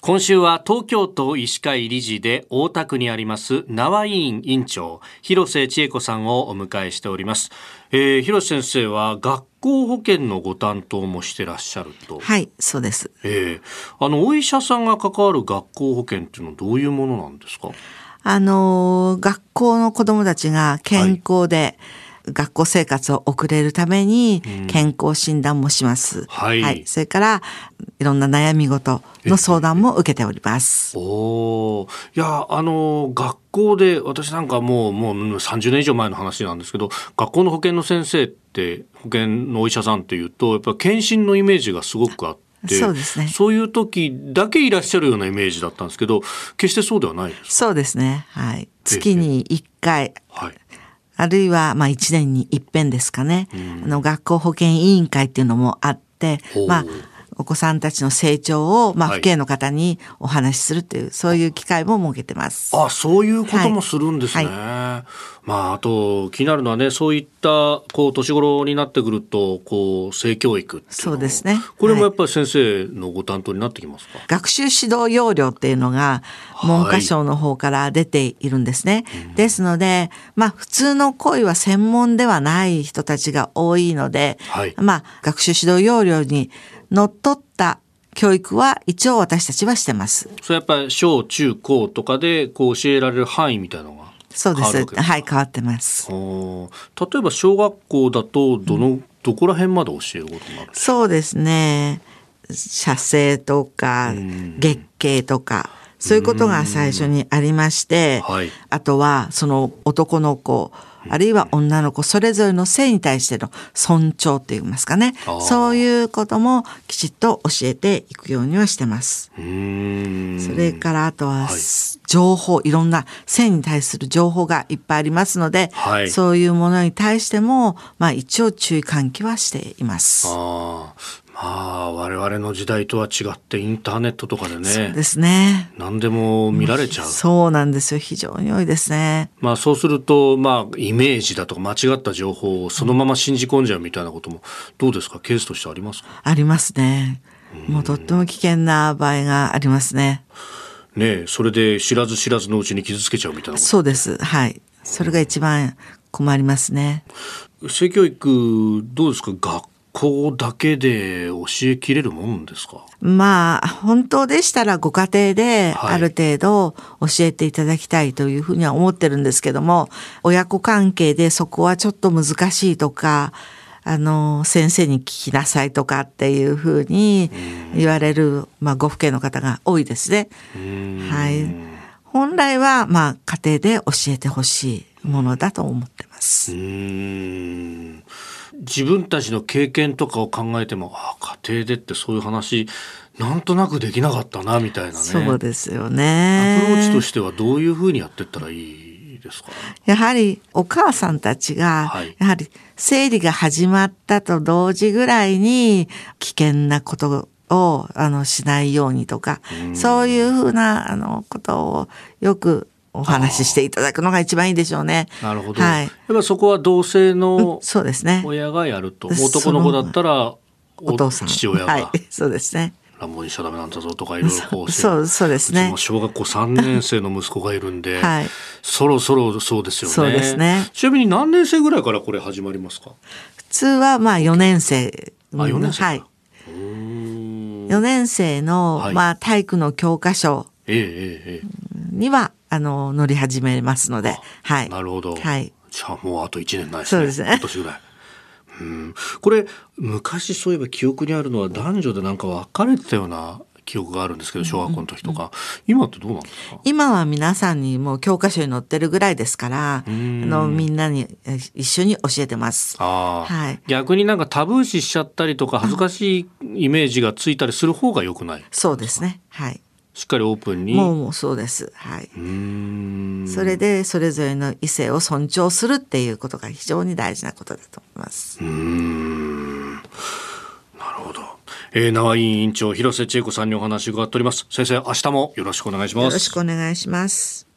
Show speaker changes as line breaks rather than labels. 今週は東京都医師会理事で大田区にあります縄委員委員長広瀬千恵子さんをお迎えしております、えー、広瀬先生は学校保険のご担当もしてらっしゃると
はいそうです、
えー、あのお医者さんが関わる学校保険っていうのはどういうものなんですか
あのー、学校の子どもたちが健康で、はい学校生活を送れるために健康診断もします。うん
はい、はい、
それからいろんな悩み事の相談も受けております。
おいやあの学校で私なんかもうもう30年以上前の話なんですけど学校の保健の先生って保健のお医者さんっていうとやっぱ検診のイメージがすごくあって。
そうですね。
そういう時だけいらっしゃるようなイメージだったんですけど、決してそうではないです
そうですね。はい。月に1回、はい、あるいは、まあ、1年に一遍ですかね、うん、あの学校保健委員会っていうのもあって、まあ、お子さんたちの成長を、まあ、父兄の方にお話しするという、はい、そういう機会も設けてます。
あ、そういうこともするんですね。はいはい、まあ、あと、気になるのはね、そういった、こう、年頃になってくると、こう、性教育
そうですね。
これもやっぱり先生のご担当になってきますか、
学習指導要領っていうのが、文科省の方から出ているんですね。うん、ですので、まあ、普通の行為は専門ではない人たちが多いので、まあ、学習指導要領にのっとった教育は一応私たちはしてます。
それやっぱり小中高とかでこう教えられる範囲みたいなのが
そうです。はい、変わってます。
例えば小学校だとどの、うん、どこら辺まで教えることになる
そうですね。写生とか月経とか。そういうことが最初にありまして、はい、あとはその男の子、あるいは女の子それぞれの性に対しての尊重と言いますかね。そういうこともきちっと教えていくようにはしてます。それからあとは、はい、情報、いろんな性に対する情報がいっぱいありますので、はい、そういうものに対しても、まあ一応注意喚起はしています。
ああ、我々の時代とは違ってインターネットとかでね。
そうですね。
何でも見られちゃう。
そうなんですよ。非常に多いですね。
まあそうすると、まあイメージだとか間違った情報をそのまま信じ込んじゃうみたいなことも、どうですかケースとしてありますか
ありますね。もうとっても危険な場合がありますね。
ねそれで知らず知らずのうちに傷つけちゃうみたいな
そうです。はい。それが一番困りますね。
性教育、どうですか学校だけで教えきれるもんですか
まあ本当でしたらご家庭である程度教えていただきたいというふうには思ってるんですけども親子関係でそこはちょっと難しいとかあの先生に聞きなさいとかっていうふうに言われる、まあ、ご父兄の方が多いですね。はい、本来は、まあ、家庭で教えてほしいものだと思ってます。
うん自分たちの経験とかを考えてもあ家庭でってそういう話なんとなくできなかったなみたいなね
そうですよね
アプローチとしてはどういうふうにやってったらいいですか
やはりお母さんたちが、やはり生理が始まったと同時ぐらいに危険なことをあのしないようにとかそういうふうなあのことをよくお話ししていただくのが一番いいでしょうね。
なるほど。はい、やっぱそこは同性の
そうですね
親がやると、男の子だったら
お父さん、
父親が、はい
そうですね。
乱暴にしちゃダメなんだぞとかいろいろこ
うそうそうですね。
小学校三年生の息子がいるん で、はい、そろそろそうですよね。
そうですね。
ちなみに何年生ぐらいからこれ始まりますか。
普通はまあ四年生。
あ四年生。はい。
四年生の、はい、まあ体育の教科書には、ええええ、あの、乗り始めますので、はい。
なるほど。
はい。
じゃあもうあと1年ないです
ね。そうですね。
今年ぐらい。うん。これ、昔そういえば記憶にあるのは男女でなんか別れてたような記憶があるんですけど、小学校の時とか。今ってどうなんですか
今は皆さんにもう教科書に載ってるぐらいですから、あの、みんなに一緒に教えてます。
ああ。はい。逆になんかタブー視しちゃったりとか、恥ずかしいイメージがついたりする方が良くない
そうですね。はい。
しっかりオープンに
もうそうですはいそれでそれぞれの異性を尊重するっていうことが非常に大事なことだと思います
うんなるほど、えー、縄委員長広瀬千恵子さんにお話伺っております先生明日もよろしくお願いしますよ
ろしくお願いします